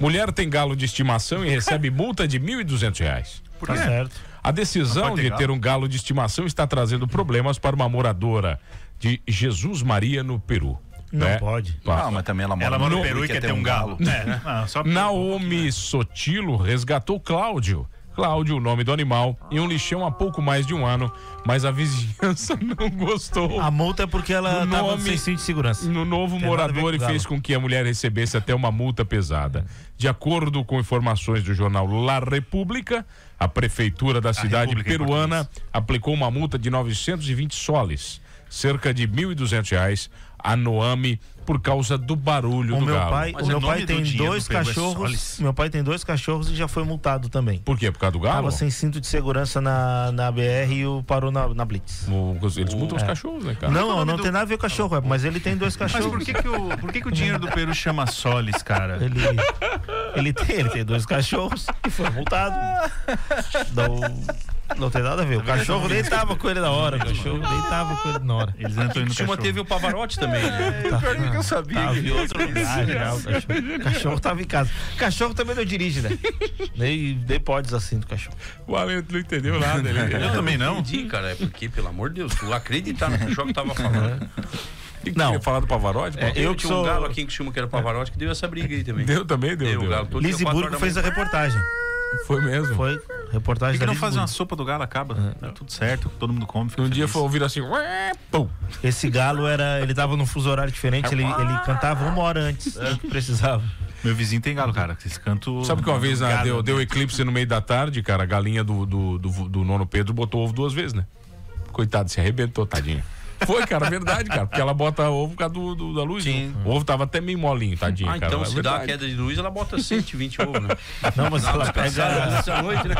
Mulher tem galo de estimação e recebe multa de R$ 1.200. Tá Por quê? certo. A decisão ter de galo. ter um galo de estimação está trazendo problemas para uma moradora de Jesus Maria, no Peru. Não né? pode. Não, mas também ela mora, É. Ela mora no Peru Peru e quer ter um galo. É, ah, só porque- Naomi Sotilo resgatou Cláudio. Cláudio, o nome do animal, em um lixão há pouco mais de um ano, mas a vizinhança não gostou. A multa é porque ela O tava nome- sem cinto de segurança. No novo Tem nada a ver morador com e galo. fez com que a mulher recebesse até uma multa pesada. De acordo com informações do jornal La República, a prefeitura da cidade República em peruana aplicou uma multa de 920 soles, cerca de R$ 1.200 reais, a Noami por causa do barulho O do meu galo. pai, Mas o é meu nome pai do tem dinheiro dois do Peru, é cachorros. soles. Meu pai tem dois cachorros e já foi multado também. Tá Por quê? Por causa do galo? Tava sem cinto de segurança na, na BR e o parou na, na Tá. Blitz. O- eles multam os cachorros, né, cara? É. Não, o nome não do- Tá tem nada a ver com cachorro, é, mas ele tem dois Mas cachorros. por que que, o, por que que o dinheiro do Peru chama Solis, cara? Ele, ele, tem, ele tem dois cachorros e foi multado. Não, não tem nada a ver. O cachorro nem tava com ele na hora. O cachorro nem tava com ele na hora. Eles não estão indo no Chuma cachorro. É, teve o Pavarotti também, né? Pior que eu sabia. Tava em outro lugar, já, o Ah, cachorro. O cachorro tava em casa. O cachorro também não dirige, né? Nem, nem pode assim do cachorro. O Alento não entendeu nada. Ele... Eu também não. né? Entendi, cara. É porque, pelo amor de Deus, tu acreditar no cachorro que tava falando. Que que Não. eu ia falar do Pavarotti? É, pô? eu que tinha sou- um galo aqui que chama que era Pavarotti que deu essa briga aí também. Deu também, deu. Deu, deu. o galo todo dia, Lise quatro horas Burgo da fez a manhã. reportagem. Foi mesmo. Foi reportagem Por que da não Lise faz uma é Burgo. sopa do galo, acaba? Tá tudo certo, todo mundo come. fica Um dia feliz. foi ouvir assim. ué, pum. Esse galo era. Ele tava num fuso horário diferente, ele, ele cantava uma hora antes do que precisava. Meu vizinho tem galo, cara. que Esse canto. Sabe que uma vez na- Gado. deu, né? deu eclipse no meio da tarde, cara? A galinha do, do, do, do nono Pedro botou ovo duas vezes, né? Coitado, se arrebentou, tadinho. Foi, cara, verdade, cara. Porque ela bota ovo por causa do, do- da luz. Sim. né? O ovo tava até meio molinho, tadinho, Ah, cara. então É se dá a verdade. queda de luz, ela bota 120 ovos, né? Não, mas ela Passaram pega. essa noite, né?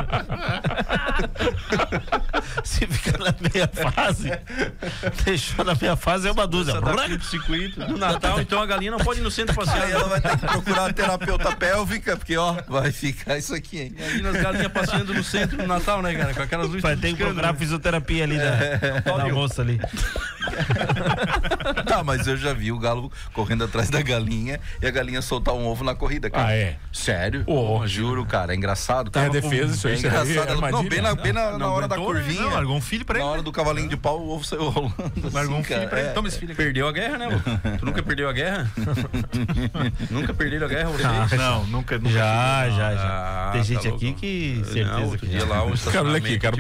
Se fica na meia fase, deixou na meia fase é uma dúzia. Essa daqui pro circuito. No Natal, então a galinha não pode ir no centro passear. Aí ela vai ter que procurar a terapeuta pélvica, porque ó, vai ficar isso aqui, hein? Imagina as galinhas passeando no centro no Natal, né, cara? Com aquelas luzes. Vai ter que piscando, procurar né? fisioterapia ali da, É. da moça ali. Tá, mas eu já vi o galo correndo atrás da galinha e a galinha soltar um ovo na corrida, cara. Ah, é. Sério? Ô, juro, cara, é engraçado. Tá Tava defesa com- isso aí, é isso aí é engraçado. Ela- não, armadilha. bem na, bem na, na hora da Aguentou? Não, curvinha. largou um filho pra na ele. hora do cavalinho de pau, o ovo saiu rolando. Largou assim, um filho cara, pra ele. é. Toma esse filho aqui. Perdeu a guerra, né, Lu? Tu nunca perdeu a guerra? nunca perderam a guerra, vocês? Não, nunca. nunca Já, já, já. Ah, Tem tá gente louco. aqui que Não, certeza outro que dia lá o Cara, olha aqui, cara. O